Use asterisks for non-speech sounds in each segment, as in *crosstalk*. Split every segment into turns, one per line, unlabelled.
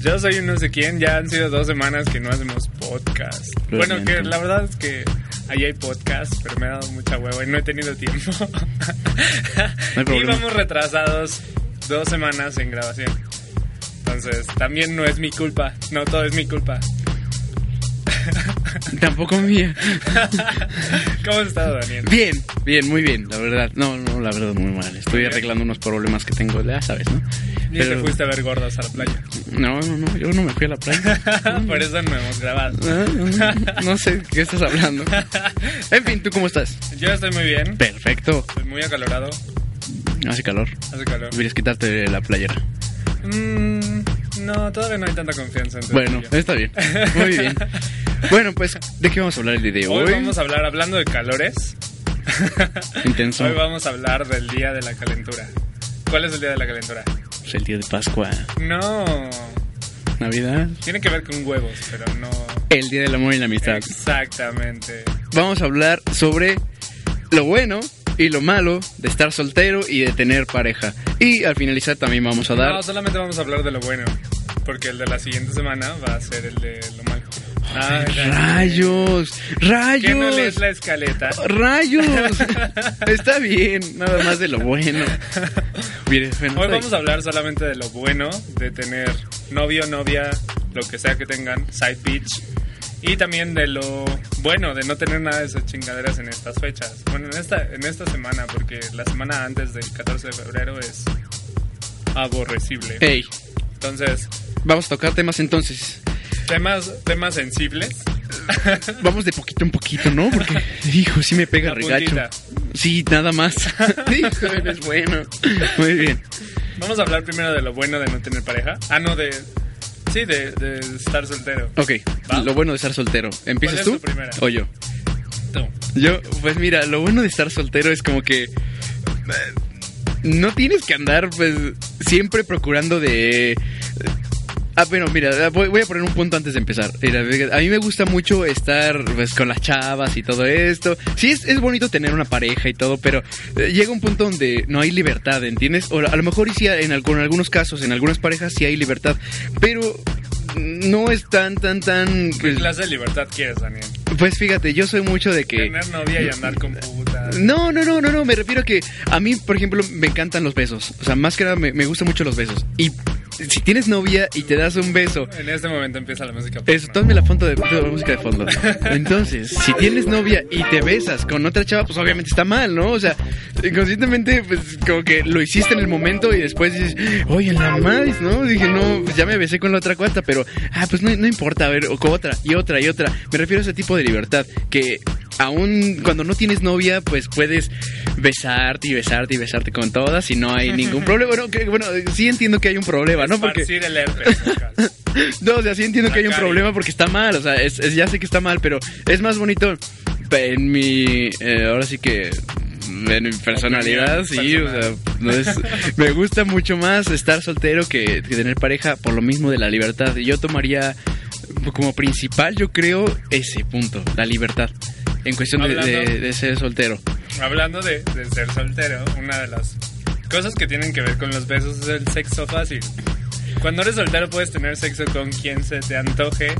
Yo soy un no sé quién, ya han sido dos semanas que no hacemos podcast.
Lo
bueno,
siento.
que la verdad es que ahí hay podcast, pero me ha dado mucha hueva y no he tenido tiempo.
No hay
*laughs* y
problema.
vamos retrasados dos semanas en grabación. Entonces, también no es mi culpa, no todo es mi culpa.
Tampoco mía.
¿Cómo has estado, Daniel?
Bien, bien, muy bien, la verdad. No, no, la verdad, muy mal. Estoy arreglando unos problemas que tengo, ya sabes, ¿no?
Ya te fuiste a ver gordas a la playa. *laughs*
No, no, no, yo no me fui a la *laughs* playa.
Por eso no hemos grabado. *laughs*
Ah, no, no sé de qué estás hablando. En fin, ¿tú cómo estás?
Yo estoy muy bien,
Perfecto.
estoy muy acalorado,
Hace calor.
hace calor.
Deberías quitarte la playera.
Mm, no, todavía no hay tanta confianza entre
Bueno,
tú y yo.
está bien. Muy bien. Bueno, pues, ¿de qué vamos a hablar el día de
Hoy
hoy?
vamos a hablar, hablando
*laughs*
de calores.
Intenso.
Hoy vamos a hablar del día de la calentura. ¿Cuál es el día de la calentura?
Pues el día de Pascua,
No.
Navidad.
Tiene que ver con huevos, pero no.
El día del amor y la amistad.
Exactamente.
vamos a hablar sobre lo bueno y lo malo de estar soltero y de tener pareja. Y al finalizar también vamos a dar...
No, solamente vamos a hablar de lo bueno. Porque el de la siguiente semana va a ser el de lo malo. Ay, Dani,
¡Rayos!
¿Qué no
¡Rayos!
lees la escaleta? *laughs*
¡Rayos! Está bien, nada más de lo bueno. Mire, bueno,
Hoy
está
vamos a hablar solamente de lo bueno de tener novio, novia, lo que sea que tengan, side pitch. Y también de lo bueno de no tener nada de esas chingaderas en estas fechas. Bueno, en esta, en esta semana, porque la semana antes del 14 de febrero es aborrecible.
bien. Ey,
Entonces,
vamos a tocar temas entonces.
temas, temas sensibles.
Vamos de poquito en poquito, ¿no? Porque, hijo, sí me pega
La
regacho.
puntita.
Sí, nada
*laughs*
más. hijo, eres bueno. Muy bien.
Vamos a hablar primero de lo bueno de no tener pareja. Ah, no, de... Sí, de, de estar soltero.
Ok,
Va.
lo bueno de estar soltero. ¿Empiezas
es
tú
tu primera?
o yo?
Tú.
Yo, pues mira, lo bueno de estar soltero es como que eh, no tienes que andar pues siempre procurando de... Ah, bueno, mira, voy, voy a poner un punto antes de empezar. Mira, a mí me gusta mucho estar pues con las chavas y todo esto. Sí, es, es bonito tener una pareja y todo, pero eh, llega un punto donde no hay libertad, ¿entiendes? O a lo mejor y sí, en, algu- en algunos casos, en algunas parejas sí hay libertad, pero no es tan, tan, tan...
¿Qué
Pues,
clase de libertad quieres, Daniel?
pues fíjate, yo soy mucho de que...
Tener novia y andar con putas.
No, no, no, no, no, me refiero a que a mí, por ejemplo, me encantan los besos. O sea, más que nada me, me gustan mucho los besos. Y si tienes novia y te das un beso,
En este momento empieza la música.
eso,
porno.
tómame la foto de, de la música de fondo. Entonces, si tienes novia y te besas con otra chava, pues obviamente está mal, ¿no? O sea, inconscientemente, pues como que lo hiciste en el momento y después dices, oye, la madre, ¿no? Dije, no, pues, ya me besé con la otra cuarta, pero, ah, pues no, no importa, a ver, o con otra y otra y otra. Me refiero a ese tipo de libertad que. Aún cuando no tienes novia, pues puedes besarte y besarte y besarte con todas y no hay ningún problema. Bueno, que, bueno sí entiendo que hay un problema, ¿no? Porque
Esparcir el herpes vocal.
no, o sea, sí entiendo que hay un
Sacar y-
problema porque está mal, o sea, es, es- ya sé que está mal, pero es más bonito en mi, eh, ahora sí que en mi personalidad, sí,
Opinión
o sea, no es- me gusta mucho más estar soltero que, que tener pareja por lo mismo de la libertad. Y Yo tomaría como principal, yo creo, ese punto, la libertad, en cuestión de, de-
Hablando-
de ser soltero.
Hablando de, de ser soltero, una de las cosas que tienen que ver con los besos es el sexo fácil. Cuando eres soltero puedes tener sexo con quien se te antoje.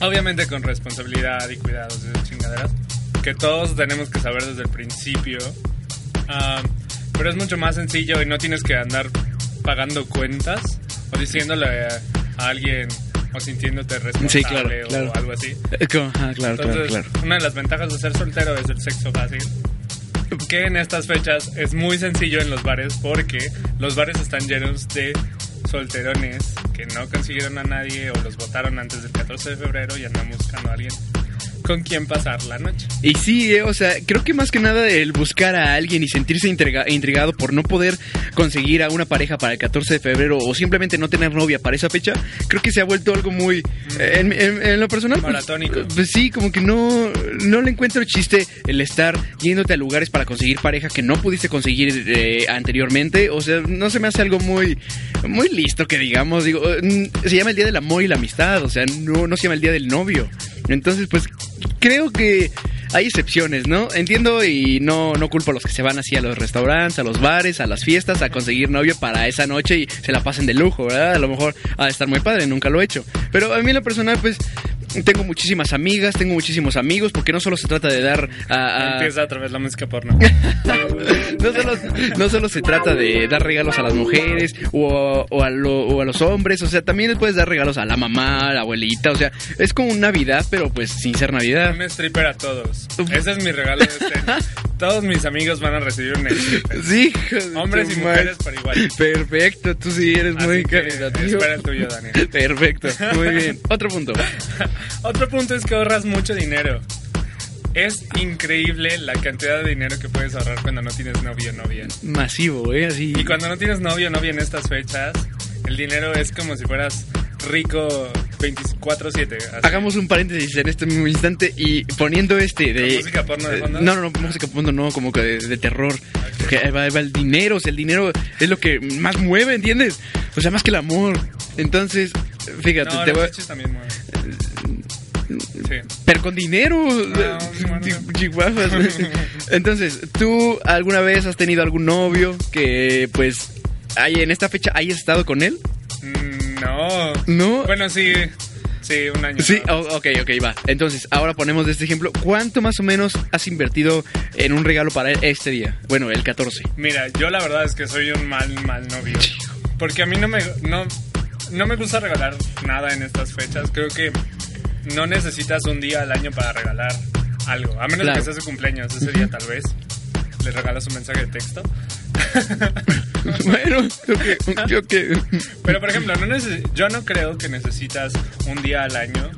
Obviamente con responsabilidad y cuidados y esas chingaderas. Que todos tenemos que saber desde el principio. Ah, pero es mucho más sencillo y no tienes que andar pagando cuentas o diciéndole a, a alguien o sintiéndote responsable o
claro.
algo así.
Eh, como- ah, claro,
Entonces,
claro, claro.
una de las ventajas de ser soltero es el sexo fácil. Que en estas fechas es muy sencillo en los bares porque los bares están llenos de solterones que no consiguieron a nadie o los votaron antes del 14 de febrero y andan buscando a alguien. con quién pasar la noche.
Y sí, eh, o sea, creo que más que nada el buscar a alguien y sentirse intriga- intrigado por no poder conseguir a una pareja para el 14 de febrero o simplemente no tener novia para esa fecha, creo que se ha vuelto algo muy... eh, En, en- en lo personal... pues,
Maratónico.
pues sí, como que no, no le encuentro chiste el estar yéndote a lugares para conseguir pareja que no pudiste conseguir eh, anteriormente. O sea, no se me hace algo muy, muy listo que digamos. Digo, eh, mm, se llama el Día del Amor y la Amistad, o sea, no, no se llama el Día del Novio. Entonces, pues creo que hay excepciones, ¿no? Entiendo y no, no culpo a los que se van así a los restaurantes, a los bares, a las fiestas, a conseguir novio para esa noche y se la pasen de lujo, ¿verdad? A lo mejor a estar muy padre, nunca lo he hecho. Pero a mí en lo personal, pues tengo muchísimas amigas, tengo muchísimos amigos, porque no solo se trata de dar a... a-
Empieza otra vez la música porno.
*laughs* no, solo, no solo se trata de dar regalos a las mujeres o, o a lo- o a los hombres, o sea, también les puedes dar regalos a la mamá, a la abuelita, o sea, es como un Navidad, pero pues sin ser Navidad.
Dame stripper a todos. Ese es mi regalo de este
*laughs*
año. Todos mis amigos van a recibir un stripper.
Sí, hijo de
Hombres
tu
y
madre.
mujeres por igual.
Perfecto, tú sí eres muy
Así que
caritativo.
espera el tuyo, Daniel.
*laughs* Perfecto, muy
*laughs*
bien. Otro punto.
Otro punto es que ahorras mucho dinero. Es increíble la cantidad de dinero que puedes ahorrar cuando no tienes novio o novia.
Masivo, ¿eh? Así.
Y cuando no tienes novio o novia en estas fechas, el dinero es como si fueras rico 24-7. así.
Hagamos un paréntesis en este mismo instante y poniendo este de...
¿Con música porno de
eh,
fondo?
No, no, no, música porno no, como que de, de terror. Que ahí va, ahí va el dinero, o sea, el dinero es lo que más mueve, ¿entiendes? O sea, más que el amor. Entonces, fíjate,
No,
te
los
voy...
chichis también mueven. Sí.
Pero con dinero.
bueno.
chi- Chihuahuas. *laughs* Entonces, ¿tú alguna vez has tenido algún novio que, pues, hay, en esta fecha hayas estado con él?
Mm, No.
No.
Bueno, sí. Sí, un año.
Sí,
¿no?
o- ok, ok, va. Entonces, ahora ponemos de este ejemplo. ¿Cuánto más o menos has invertido en un regalo para este día? Bueno, el 14.
Mira, yo la verdad es que soy un mal, mal novio. Porque a mí no me, no, no me gusta regalar nada en estas fechas. Creo que no necesitas un día al año para regalar algo. A menos
Claro.
que sea su cumpleaños, ese día tal vez. Le regalas un mensaje de texto.
bueno, yo que. *laughs* Yo que
Pero por ejemplo, no neces- yo no creo que necesitas un día al año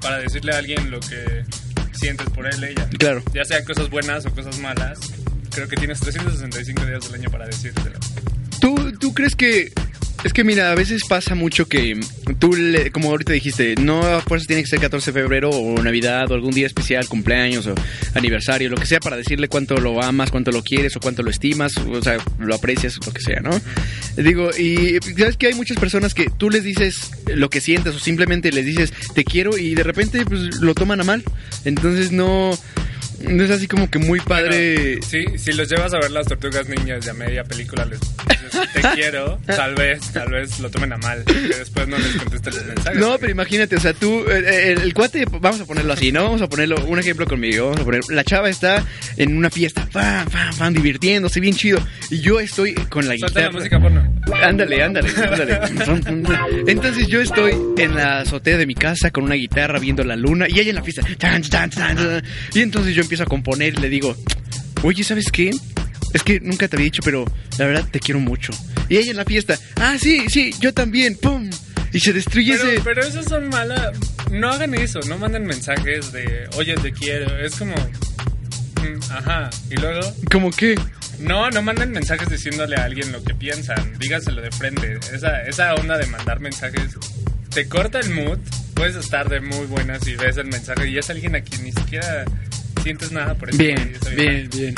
para decirle a alguien lo que sientes por él, ella.
claro.
Ya sea cosas buenas o cosas malas. Creo que tienes 365 días del año para decírtelo.
¿Tú, tú crees que.? Es que mira, a veces pasa mucho que tú, le- como ahorita dijiste, no a fuerzas tiene que ser 14 de febrero o Navidad o algún día especial, cumpleaños o aniversario, lo que sea, para decirle cuánto lo amas, cuánto lo quieres o cuánto lo estimas, o sea, lo aprecias, lo que sea, ¿no? Digo, y sabes que hay muchas personas que tú les dices lo que sientes o simplemente les dices te quiero y de repente pues, lo toman a mal. Entonces no, no es así como que muy padre.
Sí, si los llevas a ver las tortugas niñas y a media película les dices,
*laughs*
te quiero, tal vez, tal vez lo tomen a mal, que después no les contestes los mensajes.
No, pero imagínate, o sea, tú, eh, eh, el, cuate, vamos a ponerlo así, ¿no? Vamos a ponerlo, un ejemplo conmigo, vamos a poner, la chava está en una fiesta, fan, fan, fan, divirtiéndose, bien chido, y yo estoy con la
Suelta la
guitarra.
música porno.
Ándale, ándale, ándale. Entonces yo estoy en la azotea de mi casa con una guitarra viendo la luna y ella en la fiesta. tan, tan, tan, tan. Y entonces yo empiezo a componer y le digo, oye, ¿sabes qué? Es que nunca te había dicho, pero la verdad te quiero mucho. Y ella en la fiesta, ah, sí, sí, yo también, ¡pum! Y se destruye ese...
Pero, pero esas son malas. No hagan eso, no manden mensajes de, oye, te quiero. Es como, mm, ajá. Y luego,
¿Cómo qué?
no, no manden mensajes diciéndole a alguien lo que piensan. Dígaselo de frente. Esa, esa onda de mandar mensajes te corta el mood. Puedes estar de muy buenas y ves el mensaje y es alguien a quien ni siquiera sientes nada por eso.
Bien,
Y está
bien, bien.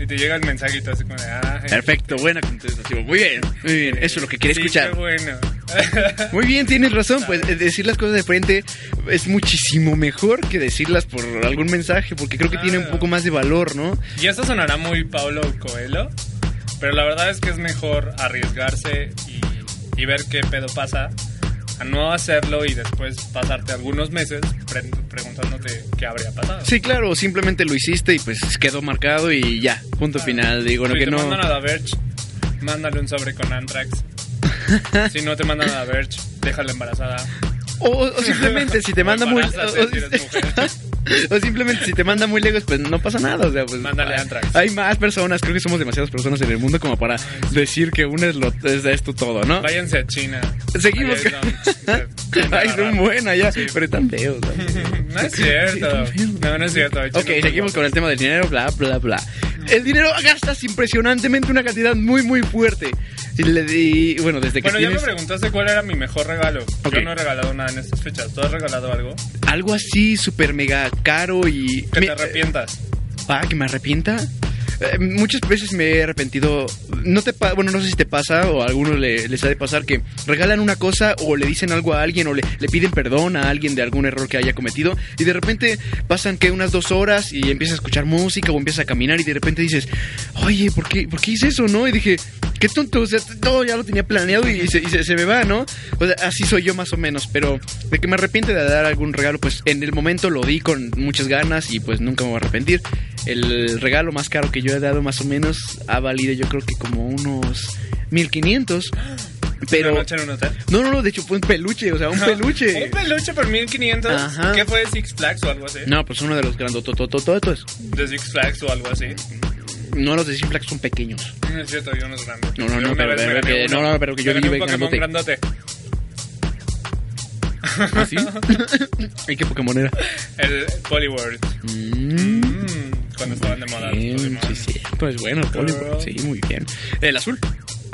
Y te llega el mensaje y tú así como de, ah, eh,
Perfecto, buena contestación. Muy bien, muy bien. Eso es lo que quería
sí,
escuchar.
Qué bueno. *laughs*
Muy bien, tienes razón. Pues eh, decir las cosas de frente es muchísimo mejor que decirlas por algún mensaje, porque creo que tiene un
Claro.
poco más de valor, ¿no?
Y esto sonará muy Paulo Coelho, pero la verdad es que es mejor arriesgarse y, y ver qué pedo pasa a no hacerlo y después pasarte algunos meses pre- preguntándote qué habría pasado.
Sí, claro, simplemente lo hiciste y pues quedó marcado y ya, punto final. Digo, no
si
que
te
no.
mandan a la Verge, mándale un sobre
*laughs*
con Antrax. si no te mandan a la Verge, déjala embarazada.
O, o simplemente si te
O
manda muy. *laughs*
embarázate
o- o-
si eres mujer.
O simplemente si te manda muy lejos, pues no pasa nada. O sea, pues,
Mándale
hay-
Anthrax.
Hay más personas, creo que somos demasiadas personas en el mundo como para decir que una es, lo, es esto todo, ¿no?
Váyanse a China.
Seguimos.
Allá es
*laughs*
donde-
Ay, son buenas ya, pero tan feos. ¿no?
*laughs* No es
*laughs*
cierto.
Sí, también.
No, no es cierto. China
Ok,
no es
seguimos
guapo.
con el tema del dinero, bla, bla, bla. El dinero gastas impresionantemente una cantidad muy, muy fuerte. Y, le di- bueno, desde que
Bueno, ya
tienes
me preguntaste cuál era mi mejor regalo.
Ok.
Yo no he regalado nada en estas fechas. ¿Tú has regalado algo?
algo así súper mega caro y...
Que
me-
te arrepientas.
Ah, que me arrepienta. Eh, muchas veces me he arrepentido. No te pa- bueno, no sé si te pasa o a alguno le- les ha de pasar que regalan una cosa o le dicen algo a alguien o le, le piden perdón a alguien de algún error que haya cometido y de repente pasan que unas dos horas y empiezas a escuchar música o empiezas a caminar y de repente dices, oye, ¿por qué, ¿por qué hice eso, no? Y dije, qué tonto, o sea, todo ya lo tenía planeado y, se, y se- se me va, ¿no? O sea, así soy yo más o menos, pero de que me arrepiente de dar algún regalo, pues en el momento lo di con muchas ganas y pues nunca me voy a arrepentir. El regalo más caro que yo he dado más o menos ha valido yo creo que como unos 1500,
¿Una
pero...
noche en un hotel?
No, no, no, de hecho fue un peluche, o sea,
*laughs*
un peluche.
¿Un peluche por 1500?
Ajá.
¿Qué fue de Six Flags o algo así?
No, pues uno de los grandotototototos.
¿De Six Flags o algo así?
No, los de Six Flags son pequeños.
No es cierto, yo unos grandes.
No, no, no,
Yo una
pero-
vez me
pero
gané
que-
uno.
no, no, pero que yo
Me gané
vi
un Pokémon
grandote.
grandote.
¿Ah,
*laughs*
sí? *laughs* ¿Y qué Pokémon era?
El Poliword.
Mm.
Mm, cuando estaban de moda los
Bien,
Pokémon.
sí, sí. Pues bueno, Polyball, sí, muy bien. El azul.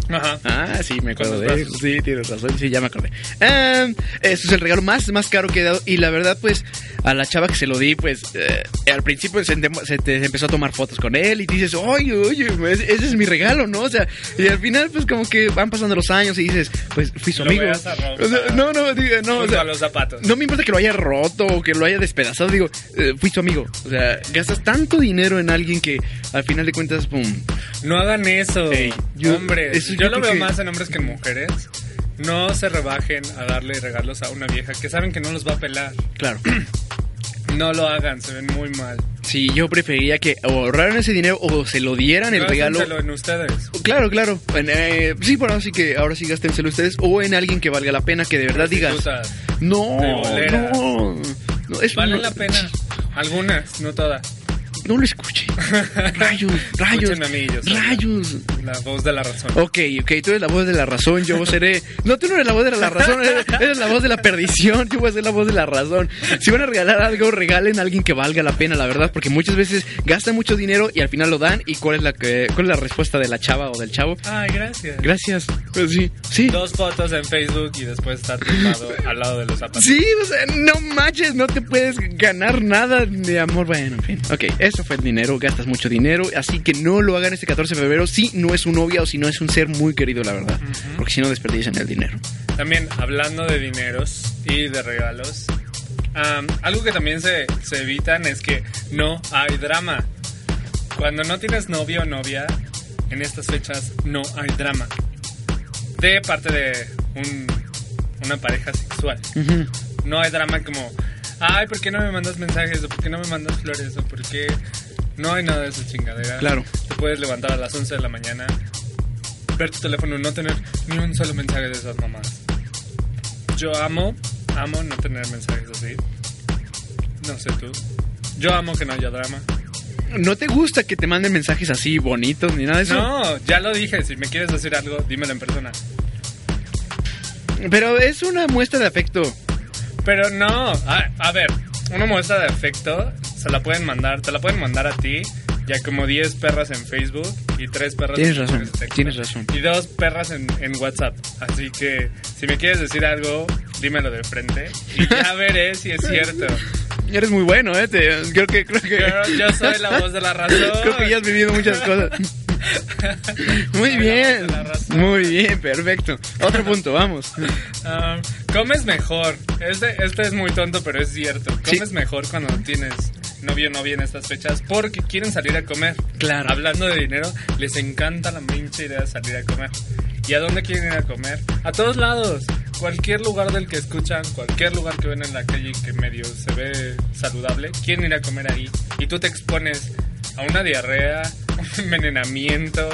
Ajá.
Ah, sí, me acuerdo
Con
de
los
él.
brazos.
Sí, tienes razón. Sí, ya me acordé. Ah, eso es el regalo más, más caro que he dado. Y la verdad, pues, a la chava que se lo di, pues, eh, al principio se, ente- se te se empezó a tomar fotos con él y dices, oye, oye, pues, ese, ese es mi regalo, ¿no? O sea, y al final, pues, como que van pasando los años y dices, pues, fui su
Lo
amigo.
veas Pues arrojado.
O sea, no, no, digo, no, o
Junto
sea,
a los zapatos.
no me importa que lo haya roto o que lo haya despedazado, digo, eh, fui tu amigo. O sea, gastas tanto dinero en alguien que al final de cuentas, pum.
No hagan eso,
Ey, yo-
hombres.
eso
yo
yo
lo
creo
veo
que-
más en hombres que en mujeres. No se rebajen a darle regalos a una vieja que saben que no los va a pelar.
Claro. *clears throat*
No lo hagan, se ven muy mal.
Sí, yo prefería que o ahorraran ese dinero o se lo dieran el regalo.
Gástenselo en ustedes.
Claro, claro. En, eh, sí, bueno, así que ahora sí gástenselo ustedes o en alguien que valga la pena, que de verdad digas,
Prostitutas.
no,
de boleras.
no, no, eso
Valen
no-
la pena. Algunas, no todas.
No lo
*laughs*
escuché. Rayos, rayos,
Escuchen a mí, yo soy la-
rayos.
La voz de la razón.
Ok, ok, tú eres la voz de la razón, yo seré... No, tú no eres la voz de la razón, eres, eres la voz de la perdición, yo voy a ser la voz de la razón. Si van a regalar algo, regalen a alguien que valga la pena, la verdad, porque muchas veces gastan mucho dinero y al final lo dan y cuál es la, que- cuál es la respuesta de la chava o del chavo.
Ay, gracias.
Gracias. Pues sí, sí.
Dos fotos en Facebook y después estar tumbado al lado de los zapatos.
Sí, o sea, no manches, no te puedes ganar nada de amor. Bueno, en fin. Ok, eso fue el dinero, gastas mucho dinero, así que no lo hagan este 14 de febrero si no es su novia o si no es un ser muy querido, la verdad. Porque si no desperdician el dinero.
También hablando de dineros y de regalos, am, algo que también se, se evitan es que no hay drama. Cuando no tienes novio o novia, en estas fechas no hay drama. De parte de un- una pareja sexual.
Ujú.
No hay drama como, ay, ¿por qué no me mandas mensajes? ¿O por qué no me mandas flores? ¿O por qué no hay nada de esa chingadera?
Claro.
Te puedes levantar a las 11 de la mañana, ver tu teléfono y no tener ni un solo mensaje de esas mamás. Yo amo, amo no tener mensajes así. No sé tú. Yo amo que no haya drama.
¿No te gusta que te manden mensajes así bonitos ni nada de eso? *laughs*
No, ya lo dije. Si me quieres decir algo, dímelo en persona.
Pero es una muestra de afecto.
Pero no, a, a ver, una muestra de afecto se la pueden mandar, te la pueden mandar a ti, ya como 10 perras en Facebook y 3 perras
Tienes
en
razón,
mensajes de texto.
tienes razón.
Y 2 perras en, en WhatsApp. Así que si me quieres decir algo, dímelo de frente y ya veré si es
*laughs*
cierto.
Eres muy bueno, ¿eh? Te- creo que... Creo que...
Girl, yo soy la voz de la razón.
*laughs* Creo que ya has vivido muchas cosas.
*laughs*
Muy
Soy la
bien.
voz de la razón.
Muy bien, perfecto. Otro punto, vamos.
Ah, comes mejor. Este, este es muy tonto, pero es cierto.
Sí.
Comes mejor cuando tienes novio o novia en estas fechas porque quieren salir a comer.
Claro.
Hablando de dinero, les encanta la pinche idea de salir a comer. ¿Y a dónde quieren ir a comer? A todos lados. Cualquier lugar del que escuchan, cualquier lugar que ven en la calle y que medio se ve saludable, quieren ir a comer ahí. *laughs* Y tú te expones a una diarrea, un envenenamiento,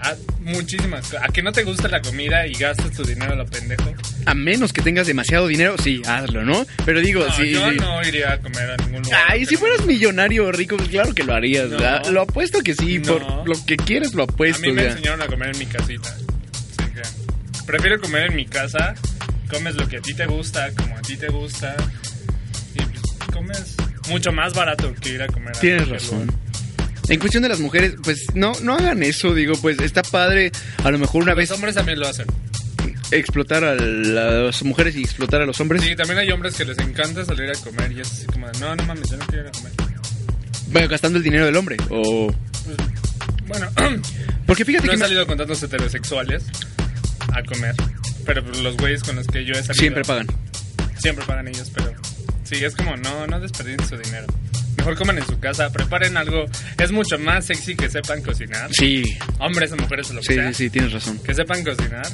a muchísimas cosas. A que no te gusta la comida y gastas tu dinero a lo pendejo.
A menos que tengas demasiado dinero, sí, hazlo, ¿no? Pero digo,
No,
Pues sí.
yo
sí.
no iría a comer a ningún lugar.
Ay, si fueras millonario o rico, pues claro que lo harías,
No.
¿verdad? Lo apuesto que sí,
No.
por lo que quieres lo
A
apuesto,
mí me
ya.
enseñaron a comer en mi casita. Así que prefiero comer en mi casa. Comes lo que a ti te gusta, como a ti te gusta. Y pues, comes mucho más barato que ir a comer. a
Tienes
cualquier
razón.
lugar.
En cuestión de las mujeres, pues no, no hagan eso, digo, pues está padre a lo mejor una vez
Los Pues, hombres también lo hacen.
explotar a las mujeres y explotar a los hombres.
Sí, también hay hombres que les encanta salir a comer y es así como, de, no, no mames, yo no quiero ir a comer.
Bueno, gastando el dinero del hombre. O.
Pues, bueno, *clears throat*
Porque fíjate
no
que
he
me-
salido con tantos heterosexuales a comer. Pero pues, los güeyes con los que yo he salido.
siempre pagan.
Siempre pagan ellos, pero sí, es como no, no desperdicien su dinero. Mejor coman en su casa, preparen algo. Es mucho más sexy que sepan cocinar.
Sí,
Hombres o mujeres o lo que
sí,
sea.
sí, sí, tienes razón.
Que sepan cocinar,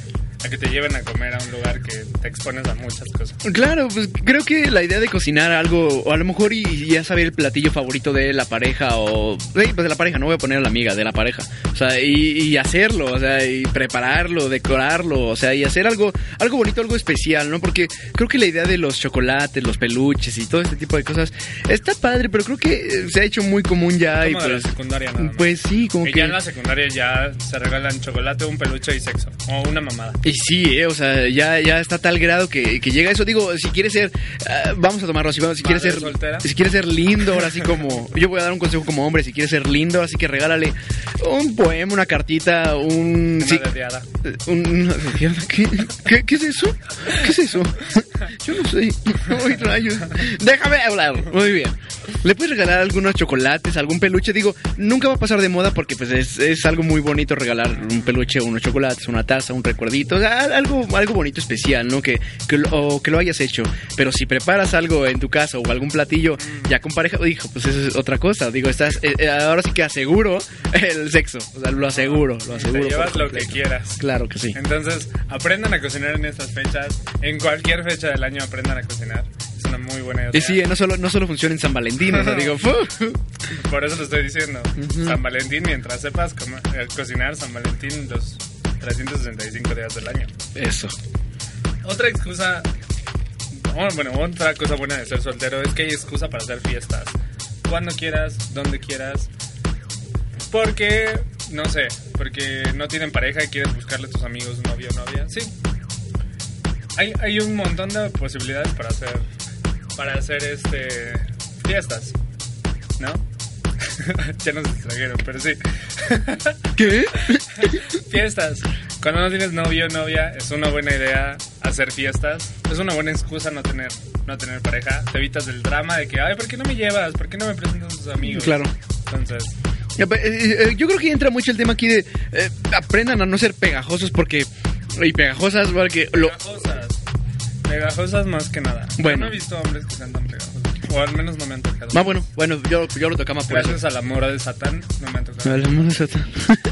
a que te lleven a comer a un lugar que te expones a muchas cosas.
Claro, pues creo que la idea de cocinar algo, o a lo mejor y, y ya saber el platillo favorito de la pareja, o. Sí, pues de la pareja, no voy a poner a la amiga, de la pareja. O sea, y, y hacerlo, o sea, y prepararlo, decorarlo, o sea, y hacer algo, algo bonito, algo especial, ¿no? Porque creo que la idea de los chocolates, los peluches y todo este tipo de cosas está padre, pero creo que eh, se ha hecho muy común ya. Y
Como de la
pues,
secundaria nada más.
pues sí, como
que
que.
ya en la secundaria ya se regalan chocolate, un peluche y sexo. O una mamada.
Y sí, eh, o sea, ya, ya está a tal grado que, que llega eso. Digo, si quieres ser, ah, vamos a tomarlo así, vamos, si quieres
Madre
ser,
soltera.
si quieres ser lindo, ahora sí como, yo voy a dar un consejo como hombre, si quieres ser lindo, así que regálale un poema, una cartita, un,
Una
sí,
dadeada.
eh, un- ¿qué, qué, qué es eso? ¿Qué es eso? Yo no sé. Ay, rayos. Déjame hablar. Muy bien. Le puedes regalar algunos chocolates, algún peluche. Digo, nunca va a pasar de moda porque pues es, es algo muy bonito regalar un peluche, unos chocolates, una taza, un recuerdito. O sea, algo, algo bonito especial, ¿no? Que, que, lo, o que lo hayas hecho. Pero si preparas algo en tu casa o algún platillo ya con pareja, hijo, pues eso es otra cosa. Digo, estás, eh, eh, ahora sí que aseguro el sexo. O sea, lo aseguro, lo
Te
aseguro. por
llevas lo que
completo.
quieras.
Claro que sí.
Entonces, aprendan a cocinar en estas fechas. En cualquier fecha del año aprendan a cocinar. Es una muy buena idea.
Y sí, eh, no solo, no solo funciona en San Valentín, o sea, digo, fu.
Por eso lo estoy diciendo. San Valentín, mientras sepas cómo- eh, cocinar San Valentín los 365 días del año.
Eso.
Otra excusa, o- bueno, otra cosa buena de ser soltero es que hay excusa para hacer fiestas. Cuando quieras, donde quieras. Porque, no sé, porque no tienen pareja y quieres buscarle a tus amigos novio o novia. Sí. Hay, hay un montón de posibilidades para hacer, para hacer este, fiestas, ¿no? *laughs* ya nos distrajeron, pero sí. *laughs*
¿Qué?
Fiestas. Cuando no tienes novio o novia, es una buena idea hacer fiestas. Es una buena excusa no tener, no tener pareja. Te evitas el drama de que, ay, ¿por qué no me llevas? ¿Por qué no me presentas a tus amigos?
Claro.
Entonces,
*laughs* Ya, pe- eh, eh, Yo creo que entra mucho el tema aquí de eh, aprendan a no ser pegajosos porque. Y pegajosas, porque. Lo,
pegajosas. Pegajosas más que nada.
Bueno.
Yo no he visto hombres que sean tan pegajosos. O al menos no me han tocado.
ah, bueno, bueno, yo, yo lo tocaba por eso.
Gracias a la mora de Satán, no me han tocado.
Hablamos de Satán. *laughs*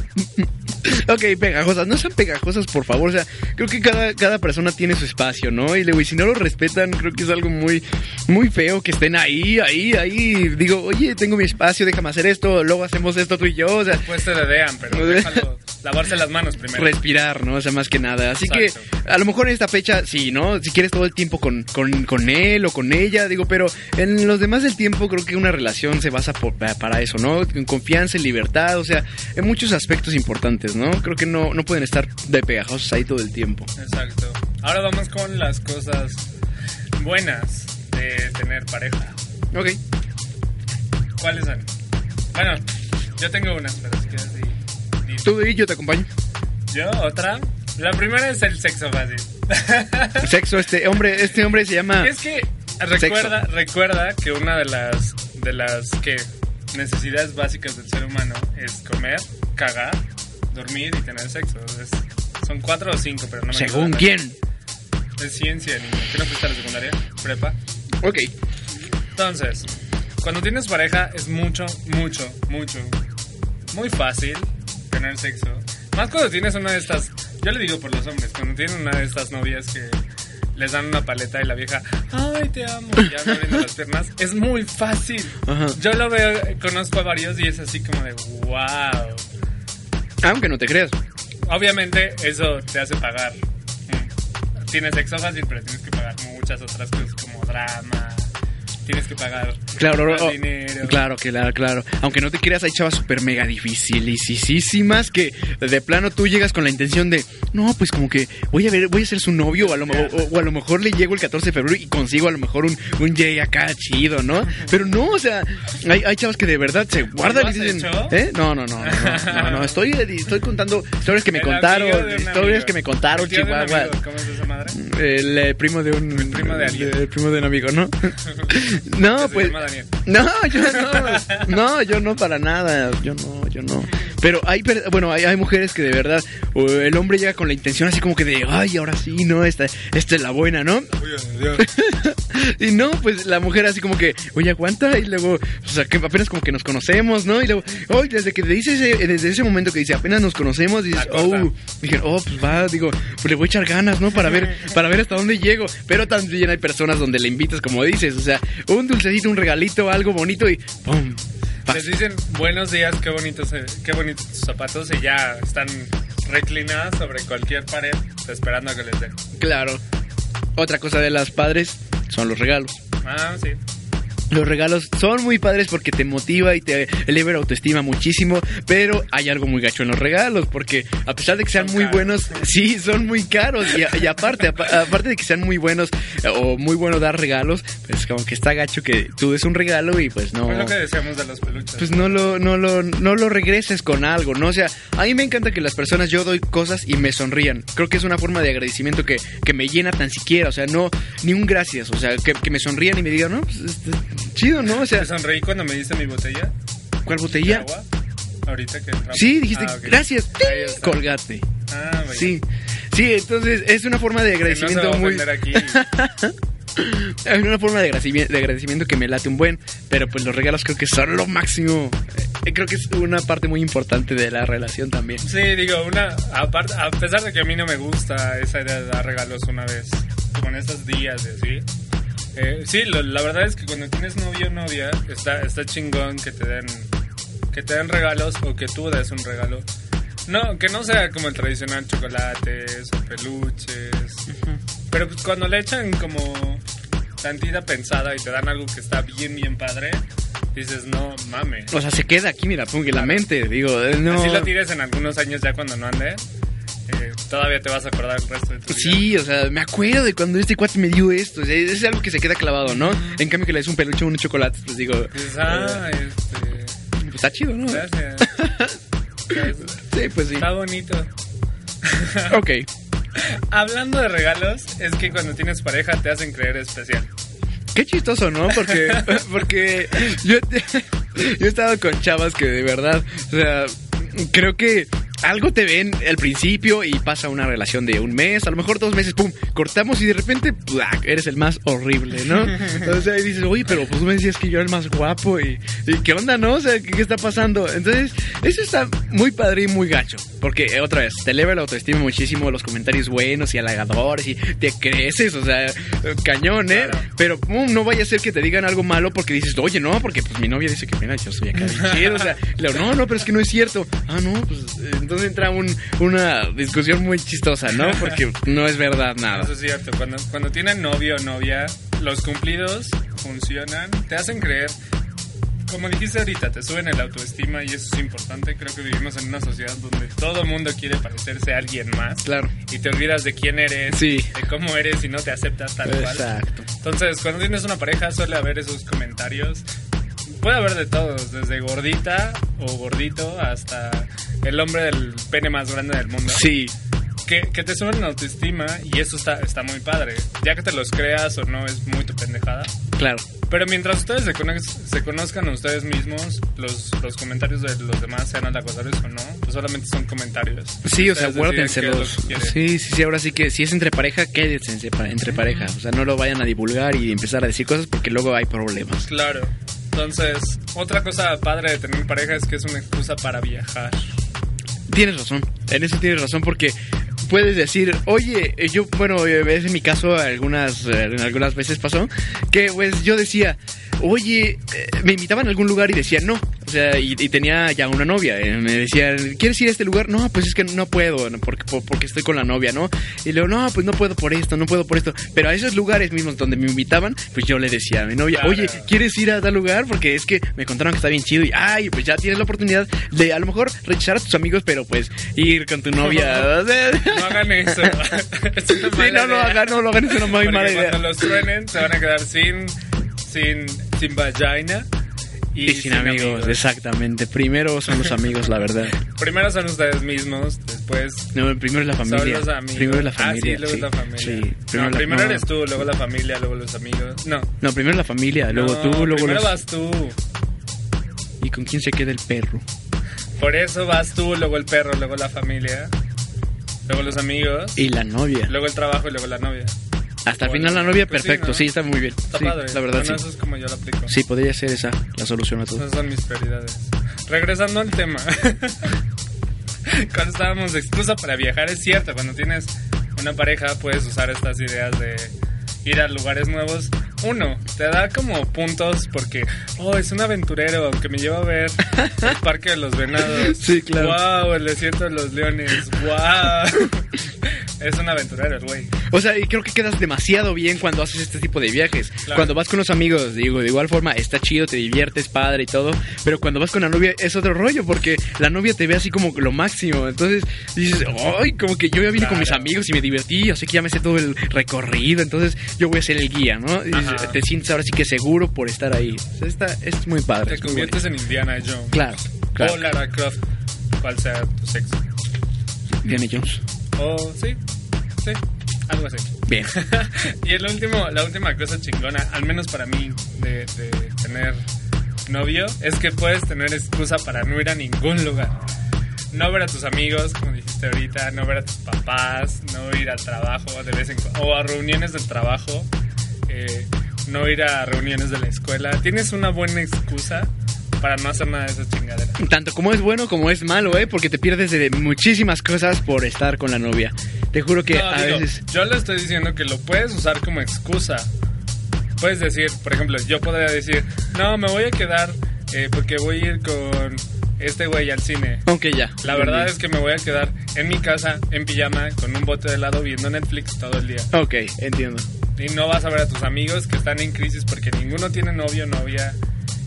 ok, pegajosas. No sean pegajosas, por favor. O sea, creo que cada, cada persona tiene su espacio, ¿no? Y luego, y si no lo respetan, creo que es algo muy, muy feo que estén ahí, ahí, ahí. Digo, oye, tengo mi espacio, déjame hacer esto, luego hacemos esto tú y yo. O sea,
Después Pues te dedean, pero déjalo lavarse las manos primero.
respirar, ¿no? O sea, más que nada. Así
Exacto.
que a lo mejor en esta fecha, sí, ¿no? Si quieres todo el tiempo con, con, con él o con ella, digo, pero en los demás del tiempo creo que una relación se basa por- pa- para eso, ¿no? En confianza, en libertad, o sea, en muchos aspectos importantes, ¿no? Creo que no, no pueden estar de pegajosos ahí todo el tiempo.
Exacto. Ahora vamos con las cosas buenas de tener pareja.
Ok.
¿Cuáles son? Bueno, yo tengo unas, pero si quieres di- di-
Tú y yo te *laughs* acompaño.
Yo, otra. La primera es el sexo fácil.
Sexo, este hombre, este hombre se llama...
es que recuerda, recuerda que una de las de las que necesidades básicas del ser humano es comer, cagar, dormir y tener sexo. Es- son cuatro o cinco, pero no me acuerdo
Según
la-
quién.
Es ciencia, niño. ¿Qué no fuiste a la secundaria? Prepa.
Ok.
Entonces, cuando tienes pareja es mucho, mucho, mucho, muy fácil tener sexo. Más cuando tienes una de estas, yo le digo por los hombres, cuando tienen una de estas novias que les dan una paleta y la vieja, ay, te amo, y ya abriendo las piernas, es muy fácil.
Ajá.
Yo lo veo, conozco a varios y es así como de, wow.
Aunque no te creas.
obviamente eso te hace pagar. Mm. Tienes sexo fácil, pero tienes que pagar muchas otras cosas como drama. Tienes que pagar
Claro,
más
o-
dinero.
claro, claro, claro. Aunque no te creas, hay chavas súper mega dificilísimas que de plano tú llegas con la intención de, no, pues como que voy a ver, voy a ser su novio, o a lo, mo- o- o a lo mejor le llego el 14 de febrero y consigo a lo mejor un, un J acá chido, ¿no? Pero no, o sea, hay, hay chavas que de verdad se guardan
¿Lo
y
has
dicen,
hecho?
¿eh? No, no, no, no, no, no, no, estoy, estoy contando historias que me
El
contaron,
amigo de un
historias
amigo.
que me contaron,
El tío de un
Chihuahua.
amigo, ¿Cómo es esa madre?
El, eh, primo de un.
primo de alguien.
El primo de un amigo, ¿no? no,
se
pues.
llama Daniel.
No, yo no. No, yo no para nada. Yo no, yo no. Pero hay, per- bueno, hay, hay mujeres que de verdad. o el hombre llega con la intención así como que de. Ay, ahora sí, no, esta, esta es la buena, ¿no? *laughs* Y no, pues la mujer así como que, oye, aguanta. Y luego, o sea, que apenas como que nos conocemos, ¿no? Y luego, oye, desde que dice ese, desde ese momento que dice, apenas nos conocemos, dices,
Acorta.
oh, dije, oh, pues va, digo, pues le voy a echar ganas, ¿no? Para ver, para ver hasta dónde llego. Pero también hay personas donde le invitas, como dices, o sea, un dulcecito, un regalito, algo bonito y ¡pum! Pasa.
Les dicen buenos días, qué bonitos, eh, qué bonitos tus zapatos y ya están reclinadas sobre cualquier pared esperando a que les den.
Claro. Otra cosa de las padres son los regalos.
Ah, sí.
Los regalos son muy padres porque te motiva y te eleva la autoestima muchísimo, pero hay algo muy gacho en los regalos porque a pesar de que sean
Son
muy
caros.
buenos, sí, son muy caros y, a- y aparte, apa- aparte de que sean muy buenos eh, o muy bueno dar regalos, pues como que está gacho que tú des un regalo y pues no
Es lo que decíamos de los peluches.
pues no lo, no lo, no lo regreses con algo, ¿no? O sea, a mí me encanta que las personas yo doy cosas y me sonrían. Creo que es una forma de agradecimiento que, que me llena tan siquiera, o sea, no, ni un gracias, o sea, que, que me sonrían y me digan, no, pues, este, chido, ¿no? O sea,
Me sonreí cuando me diste mi botella
¿cuál
de
botella?
agua. Ahorita que entramos.
Sí, dijiste,
Ah, ok.
gracias,
Ahí está.
colgate.
Ah, vaya.
Sí, sí, entonces es una forma de
Que no se va
agradecimiento
a
muy...
ofender aquí.
Es *laughs* una forma de agradecimiento, de agradecimiento que me late un buen, pero pues los regalos creo que son lo máximo. Eh, Creo que es una parte muy importante de la relación también.
Sí, digo, una aparte, a pesar de que a mí no me gusta esa idea de dar regalos una vez, con esos días y así. eh, sí, lo- la verdad es que cuando tienes novio o novia, está, está chingón que te den que te den regalos o que tú des un regalo. No, que no sea como el tradicional chocolates o peluches. Pero pues cuando le echan como tantita pensada y te dan algo que está bien, bien padre, dices, no mames.
O sea, se queda aquí, mira, pum, en la mente. Digo, eh, no.
Si lo tires en algunos años ya cuando no ande, eh, todavía te vas a acordar el resto de tu vida.
pues Sí, o sea, me acuerdo de cuando este cuate me dio esto. o sea, es algo que se queda clavado, ¿no? En cambio, que le des un peluche o unos chocolates, pues digo,
Dices, ah, este.
pues, está chido, ¿no?
Gracias. Gracias.
Sí, pues sí.
Está bonito.
Ok.
Hablando de regalos, es que cuando tienes pareja te hacen creer especial.
Qué chistoso, ¿no? Porque, porque yo, yo he estado con chavas que de verdad, o sea, creo que algo te ven al principio y pasa una relación de un mes, a lo mejor dos meses, pum, cortamos y de repente, ¡plac! eres el más horrible, ¿no? O sea, y dices, oye, pero pues tú me decías que yo era el más guapo y, y ¿qué onda, no? O sea, ¿qué, qué está pasando? Entonces, eso está muy padre y muy gacho, porque eh, otra vez, te eleva la autoestima muchísimo, los comentarios buenos y halagadores y te creces, o sea, eh, cañón, ¿eh?
Claro.
Pero pum, no vaya a ser que te digan algo malo porque dices, oye, no, porque pues mi novia dice que mira, yo soy acá bien chido. O sea, y luego, no, no, pero es que no es cierto. Ah, no, pues eh, entonces entra un- una discusión muy chistosa, ¿no? Porque no es verdad nada.
Eso es cierto. Cuando, cuando tienen novio o novia, los cumplidos funcionan, te hacen creer. Como dijiste ahorita, te suben el autoestima y eso es importante. Creo que vivimos en una sociedad donde todo el mundo quiere parecerse a alguien más.
Claro.
y te olvidas de quién eres,
Sí.
de cómo eres y no te aceptas tal cual.
Exacto.
Entonces, cuando tienes una pareja suele haber esos comentarios. Puede haber de todos, desde gordita o gordito hasta el hombre del pene más grande del mundo.
Sí,
Que, que te suben la autoestima y eso está, está muy padre. Ya que te los creas o no, es muy tu pendejada.
claro.
Pero mientras ustedes se, conoz- se conozcan a ustedes mismos, los, los comentarios de los demás, sean halagadores o no, pues solamente son comentarios.
Sí, o sea,
Ustedes deciden qué es lo que
guárdenselos.
quieren.
Sí, sí, sí, ahora sí que si es entre pareja, quédense entre pa- entre pareja. O sea, no lo vayan a divulgar y empezar a decir cosas porque luego hay problemas.
Claro. Entonces, otra cosa padre de tener pareja es que es una excusa para viajar.
Tienes razón, en eso tienes razón porque puedes decir, oye, eh, yo, bueno, eh, es en mi caso algunas, eh, en algunas veces pasó que pues yo decía, oye, eh, me invitaban a algún lugar y decía no. O sea, y, y tenía ya una novia. eh, me decía, ¿quieres ir a este lugar? No, pues es que no puedo, no, porque, por- porque estoy con la novia, ¿no? Y luego, no, pues no puedo por esto, no puedo por esto. Pero a esos lugares mismos donde me invitaban, pues yo le decía a mi novia,
Claro.
oye, ¿quieres ir a tal lugar? Porque es que me contaron que está bien chido y, ay, pues ya tienes la oportunidad de a lo mejor rechazar a tus amigos, pero pues ir con tu novia. O sea,
*laughs*
*laughs*
No hagan eso. *laughs* Es una
Sí,
mala
no, no
idea.
hagan, no lo hagan, es una muy
Porque
mala
Cuando
idea.
los truenen, se van a quedar sin, sin, sin vagina y,
Y sin amigos, exactamente. Primero son los amigos, la verdad.
Primero son ustedes mismos, después
No, primero es la familia.
son los amigos.
Primero es la
Ah,
familia.
sí, luego
sí.
es la familia.
Sí,
No,
la-
primero
no.
eres tú, luego la familia, luego los amigos. No.
No, primero la familia, luego
No,
tú, luego
primero
los...
vas tú.
¿Y con quién se queda el perro?
Por eso vas tú, luego el perro, luego la familia, luego los amigos,
Y la novia.
luego el trabajo y luego la novia.
Hasta el
Bueno,
final la novia,
pues sí,
perfecto.
¿no?
Sí, está muy bien.
Está
Sí,
padre.
La verdad,
Bueno,
sí.
eso es como yo lo aplico.
Sí, podría ser esa la solución a todo.
Esas son mis prioridades. Regresando al tema. *laughs* cuando estábamos excusa para viajar, es cierto, cuando tienes una pareja puedes usar estas ideas de ir a lugares nuevos. Uno, te da como puntos porque, oh, es un aventurero que me lleva a ver
*laughs*
el Parque de los Venados.
Sí, claro.
Wow, el desierto de los leones.
*laughs*
Wow. es un aventurero el güey.
O sea, y creo que quedas demasiado bien cuando haces este tipo de viajes.
Claro.
Cuando vas con los amigos, digo, de igual forma, está chido, te diviertes, padre y todo. Pero cuando vas con la novia es otro rollo, porque la novia te ve así como lo máximo. Entonces dices, ay, como que yo ya vine con mis
Claro.
amigos y me divertí, así que ya me sé todo el recorrido, entonces yo voy a ser el guía, ¿no? Y dices,
Ajá.
te sientes ahora sí que seguro por estar ahí. O sea, Está, es muy padre.
Te
es muy
conviertes en Indiana Jones.
bonito. Claro, claro.
O Lara Croft, cual sea tu sexo.
Diana Jones.
Oh, sí, sí, algo así. *laughs*
Bien.
y el último, la última cosa chingona, al menos para mí, de, de tener novio, es que puedes tener excusa para no ir a ningún lugar. No ver a tus amigos, como dijiste ahorita, no ver a tus papás, no ir al trabajo de vez en cu- o a reuniones del trabajo, eh, no ir a reuniones de la escuela. Tienes una buena excusa para no hacer nada de esas chingaderas.
Tanto como es bueno como es malo, ¿eh? Porque te pierdes de muchísimas cosas por estar con la novia. Te juro que
No,
a
digo,
veces...
Yo le estoy diciendo que lo puedes usar como excusa. Puedes decir, por ejemplo, yo podría decir, no, me voy a quedar eh, porque voy a ir con este güey al cine.
Aunque ya.
La verdad es que me voy a quedar en mi casa, en pijama, con un bote de helado, viendo Netflix todo el día.
Ok, entiendo.
Y no vas a ver a tus amigos que están en crisis porque ninguno tiene novio, novia.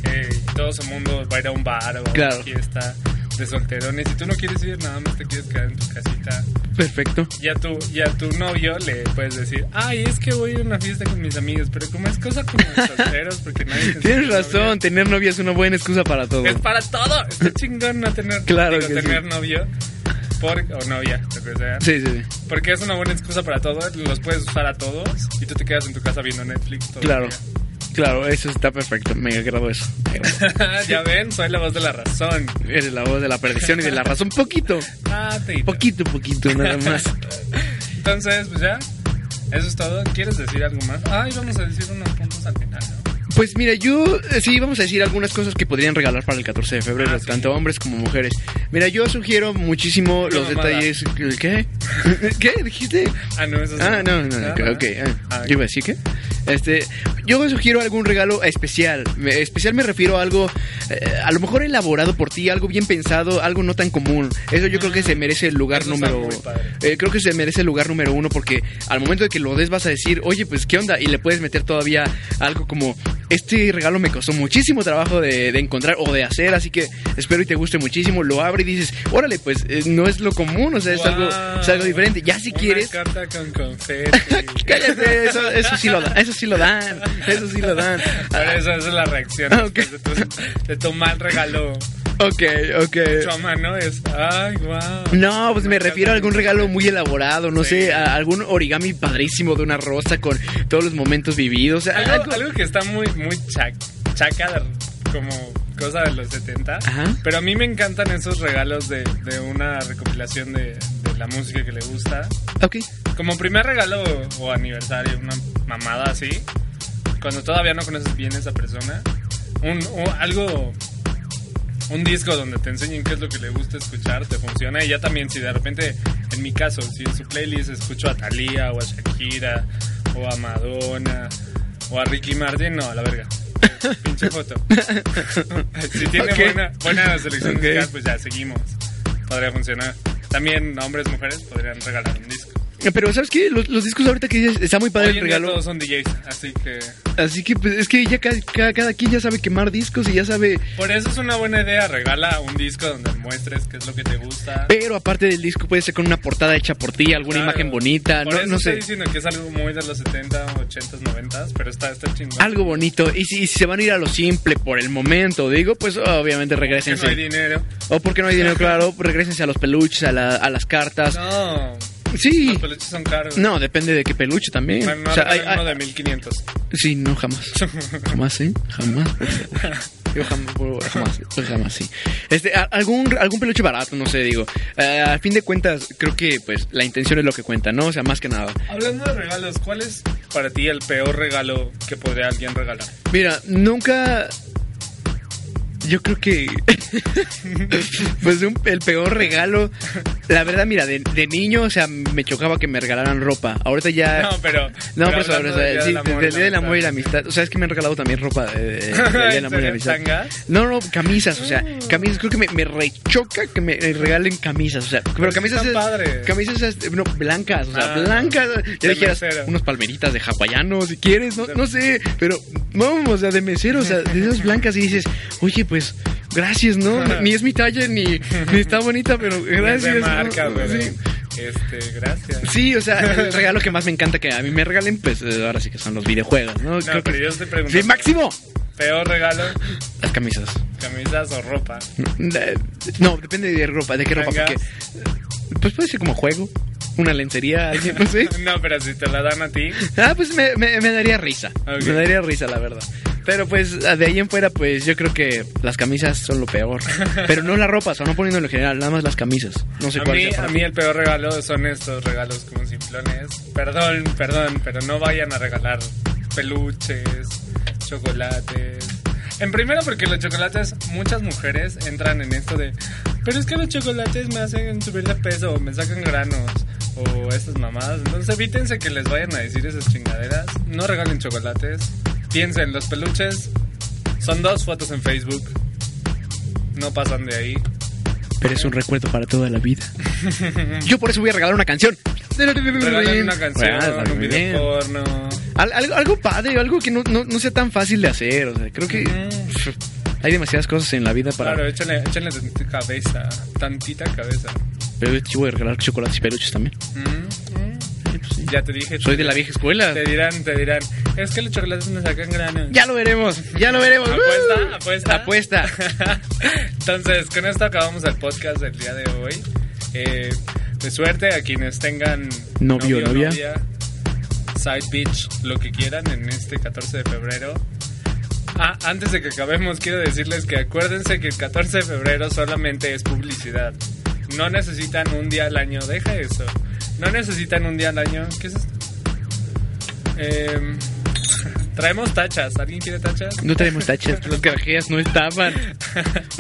eh, y todo ese mundo va a ir a un bar o a
Claro.
una fiesta de solterones. Y tú no quieres ir, nada más te quieres quedar en tu casita.
Perfecto.
Y a, tu, y a tu novio le puedes decir, ay, es que voy a una fiesta con mis amigos, pero como es cosa como los solteros,
*laughs*
porque nadie te
Tienes
enseña a
razón, tener novia es una buena excusa para todo.
novia". Es para todo, está chingón no tener,
Claro
digo,
que
tener
sí.
novio por, o novia, lo que sea.
Sí, sí, sí.
Porque es una buena excusa para todo, los puedes usar a todos y tú te quedas en tu casa viendo Netflix todo el
Claro. Claro, eso está perfecto. Me agradó eso. Me agradó.
día. *laughs* ya ven, soy la voz de la razón.
Eres la voz de la perdición y de la razón. Poquito,
Ah, te
poquito, poquito,
*laughs*
nada más.
Entonces, pues ya, eso es todo. ¿Quieres decir algo más? Ay, vamos a decir unos puntos al final, ¿no?
Pues mira, yo eh, sí vamos a decir algunas cosas que podrían regalar para el 14 de febrero,
Ah, sí.
tanto hombres como mujeres. Mira, yo sugiero muchísimo
Una
los
mamada.
detalles. ¿Qué? *laughs* ¿Qué dijiste?
Ah, no, eso es-
Ah, no, no,
Ah,
no,
no.
ok. ah,
Ah,
yo iba a decir que. Este, yo sugiero algún regalo especial. Me- Especial me refiero a algo, eh, a lo mejor elaborado por ti, algo bien pensado, algo no tan común. Eso yo creo que se merece el lugar
Mm, Eso está
número.
muy padre.
eh, creo que se merece el lugar número uno porque al momento de que lo des vas a decir, oye, pues qué onda y le puedes meter todavía algo como este regalo me costó muchísimo trabajo de, de encontrar o de hacer, así que espero y te guste muchísimo. Lo abre y dices, órale, pues eh, no es lo común, o sea, es algo, es algo
Wow.
diferente. Ya si
Una
quieres.
carta
*laughs*
con confeti.
Cállate, eso, eso sí lo dan, eso sí lo dan, eso sí lo dan.
Pero eso, esa es la reacción
Ah, ok.
después de, tu, de tu mal regalo
Ok,
hecho a
ok.
mano. Es, ay, wow.
Eh. No, pues me refiero a algún regalo muy elaborado, no
Sí.
sé, a algún origami padrísimo de una rosa con todos los momentos vividos. a-
Algo,
Algo,
algo que está muy, muy chac, chaca, de- como cosa de los 70.
Ajá.
Pero a mí me encantan esos regalos de, de una recopilación de, de la música que le gusta.
Ok,
Como primer regalo o aniversario, una mamada así, cuando todavía no conoces bien a esa persona, un, o algo, un disco donde te enseñen qué es lo que le gusta escuchar, te funciona. Y ya también, si de repente, en mi caso, si en su playlist escucho a
*laughs*
Thalía o a Shakira o a Madonna o a Ricky Martin, no, a la verga. Pinche foto. si tiene
Ok.
buena, buena selección
Ok.
musical, pues ya seguimos. Podría funcionar. También hombres, mujeres podrían regalar un disco.
Pero, ¿sabes qué? Los, los discos ahorita que dices, está muy padre
Hoy
el
en día
regalo.
todos son DJs, así que...
Así que, pues, es que ya ca- ca- cada, quien ya sabe quemar discos y ya sabe.
Por eso es una buena idea, regala un disco donde muestres qué es lo que te gusta.
Pero aparte del disco, puede ser con una portada hecha por ti, alguna
Claro.
imagen bonita,
Por
no,
eso
no
estoy
sé.
diciendo que es algo muy de los 70, 80, 90, pero está, está chingón.
Algo bonito. Y si, y si se van a ir a lo simple por el momento, digo, pues obviamente
Que no hay
regresense.
dinero.
o porque no hay dinero, claro, regresense a los peluches, a, la- a las cartas.
No,
sí.
los peluches son caros.
No, depende de qué peluche también.
Bueno, no,
O sea, hay-
regalen uno
hay-
de 1500.
Sí, no,
*laughs*
jamás. Jamás, ¿eh? Jamás. por favor. Yo jamás, jamás, yo jamás, sí. Este, a- algún, algún peluche barato, no sé, digo. Eh, a fin de cuentas, creo que, pues, la intención es lo que cuenta, ¿no? O sea, más que nada.
Hablando de regalos, ¿cuál es para ti el peor regalo que podría alguien regalar?
Mira, nunca... Yo creo que... *laughs* pues un- el peor regalo... La verdad, mira, de, de niño, o sea, me chocaba que me regalaran ropa. Ahorita ya...
No, pero.
Ah. No,
pero
por eso,
hablando
o sea,
del Día
sí,
del Amor y
del Día del Amor y la
Amistad.
Amistad. O sea, es que me han regalado también ropa de, de- del Día del
*laughs* ¿En
Amor y la
serio?
Amistad.
¿Tangas? Mm.
No, no, camisas, o sea, camisas. Creo que me, me rechoca que me eh, regalen camisas, o sea, pero
sí
camisas.
Pues están
es-
padres.
Camisas, es- no, blancas, o sea,
Ah,
blancas. Ya
de
dijeras,
mesero.
unos palmeritas de hawaiano, si quieres, no, no sé, pero no, o sea, de mesero, o sea, de esas blancas y dices, oye, pues. Gracias,
*laughs*
¿no? Ni es mi talla, ni, ni está bonita, pero
Es
gracias.
de
¿no?
marca, güey.
Sí.
Este, gracias.
Sí, o sea, el *laughs* regalo que más me encanta que a mí me regalen, pues eh, ahora sí que son los videojuegos, ¿no?
No,
Creo
pero
que-
yo estoy preguntando.
Sí, máximo.
Peor regalo,
Las camisas.
camisas o ropa. *laughs*
Eh, No, depende de ropa, de qué ropa,
Tangas.
porque pues puede ser como juego, una
*laughs*
lencería, alguien, no sé.
No, pero si te la dan a ti.
Ah, pues me, me- me daría risa.
Ok.
Me daría risa, la verdad. Pero pues de ahí en fuera, pues yo creo que las camisas son lo
*laughs*
peor. Pero no la ropa, o sea, no poniéndolo en general, nada más las camisas. No sé
A
cuál
mí,
sea
a
para
mí el peor regalo son estos regalos como simplones. Perdón, perdón, pero no vayan a regalar peluches, chocolates. En primera porque los chocolates, muchas mujeres entran en esto de, pero es que los chocolates me hacen subir de peso, o me sacan granos o estas mamadas. Entonces evítense que les vayan a decir esas chingaderas. No regalen chocolates. Piensen, los peluches son dos fotos en Facebook. No pasan de ahí.
Pero es un recuerdo para toda la vida. Yo por eso voy a regalar una canción.
Regalen una canción,
Ah,
un
bien.
video porno.
Al- algo, algo padre, algo que no, no, no sea tan fácil de hacer. O sea, creo que
Mm.
pf, hay demasiadas cosas en la vida para.
Claro, échale, échale tantita cabeza, tantita cabeza.
Pero yo te voy a regalar chocolates y peluches también.
Mm, mm.
Sí, pues sí.
Ya te dije.
Soy de la vieja escuela.
Te dirán, te dirán. Es que los chocolates me sacan granos.
Ya lo veremos, ya lo veremos.
Apuesta, apuesta.
Apuesta.
Entonces, con esto acabamos el podcast del día de hoy. Eh, de suerte a quienes tengan
Novio, novia.
side beach, lo que quieran en este 14 de febrero. Ah, antes de que acabemos, quiero decirles que acuérdense que el 14 de febrero solamente es publicidad. No necesitan un día al año, deja eso. No necesitan un día al año. ¿Qué es esto? Em, *laughs* traemos tachas. ¿Alguien quiere tachas?
No tenemos tachas, los grajeas no estaban.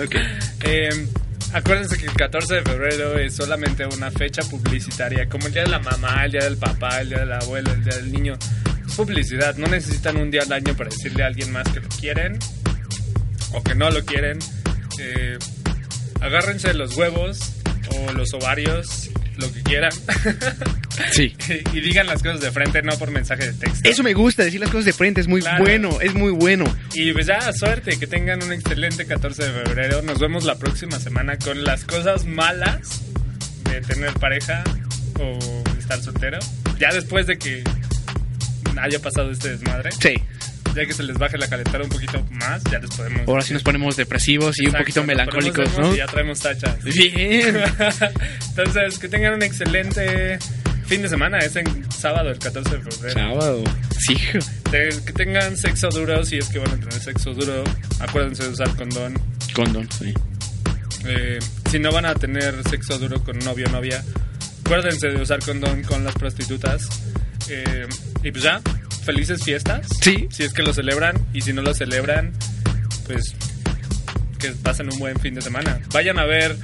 Ok.
Eh, acuérdense que el 14 de febrero es solamente una fecha publicitaria, como el día de la mamá, el día del papá, el día del abuelo, el día del niño. Es publicidad, no necesitan un día al año para decirle a alguien más que lo quieren o que no lo quieren. Eh, agárrense los huevos o los ovarios, lo que quieran, *laughs*
Sí.
y digan las cosas de frente, no por mensaje de texto.
Eso me gusta, decir las cosas de frente, es muy
Claro.
bueno, es muy bueno.
Y pues ya, suerte, que tengan un excelente 14 de febrero. Nos vemos la próxima semana con las cosas malas de tener pareja o estar soltero. Ya después de que haya pasado este desmadre,
Sí.
ya que se les baje la calentura un poquito más, ya les podemos...
Ahora sí nos ponemos depresivos y un
Exacto,
poquito
nos
melancólicos,
ponemos emos
¿no?
y ya traemos tachas.
Bien.
*laughs* Entonces, que tengan un excelente fin de semana. Es en sábado, el 14 de febrero.
Sábado. Sí, hijo.
Te- que tengan sexo duro, si es que van a tener sexo duro. Acuérdense de usar condón.
Condón, sí.
Eh, si no van a tener sexo duro con novio o novia, acuérdense de usar condón con las prostitutas. Eh, y pues ya, felices fiestas.
Sí.
Si es que lo celebran y si no lo celebran, pues que pasen un buen fin de semana. Vayan a ver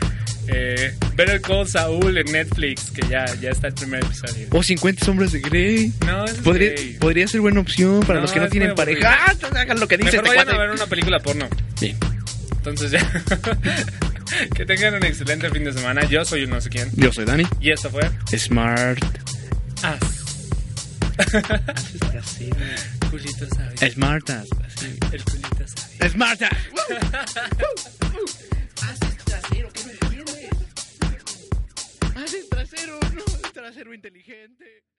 eh, Better Call Saul en Netflix, que ya, ya está el primer episodio.
O 50 sombras de Grey.
No, ese es
Podría,
gay.
podría ser buena opción para
No,
los que no
es
tienen
muy
pareja. ¡Ah! Hagan lo que dice
Mejor
este
vayan a
cuate.
ver una película porno.
Bien.
Entonces ya. *laughs* que tengan un excelente fin de semana. Yo soy el no sé quién.
Yo soy Dani.
Y esto fue.
Smart.
Ah. *laughs* As. Culito sabe.
Smartas.
El culito sabe.
Smartas. Haces trasero, ¿qué me entiendes? Haces trasero, no, trasero inteligente.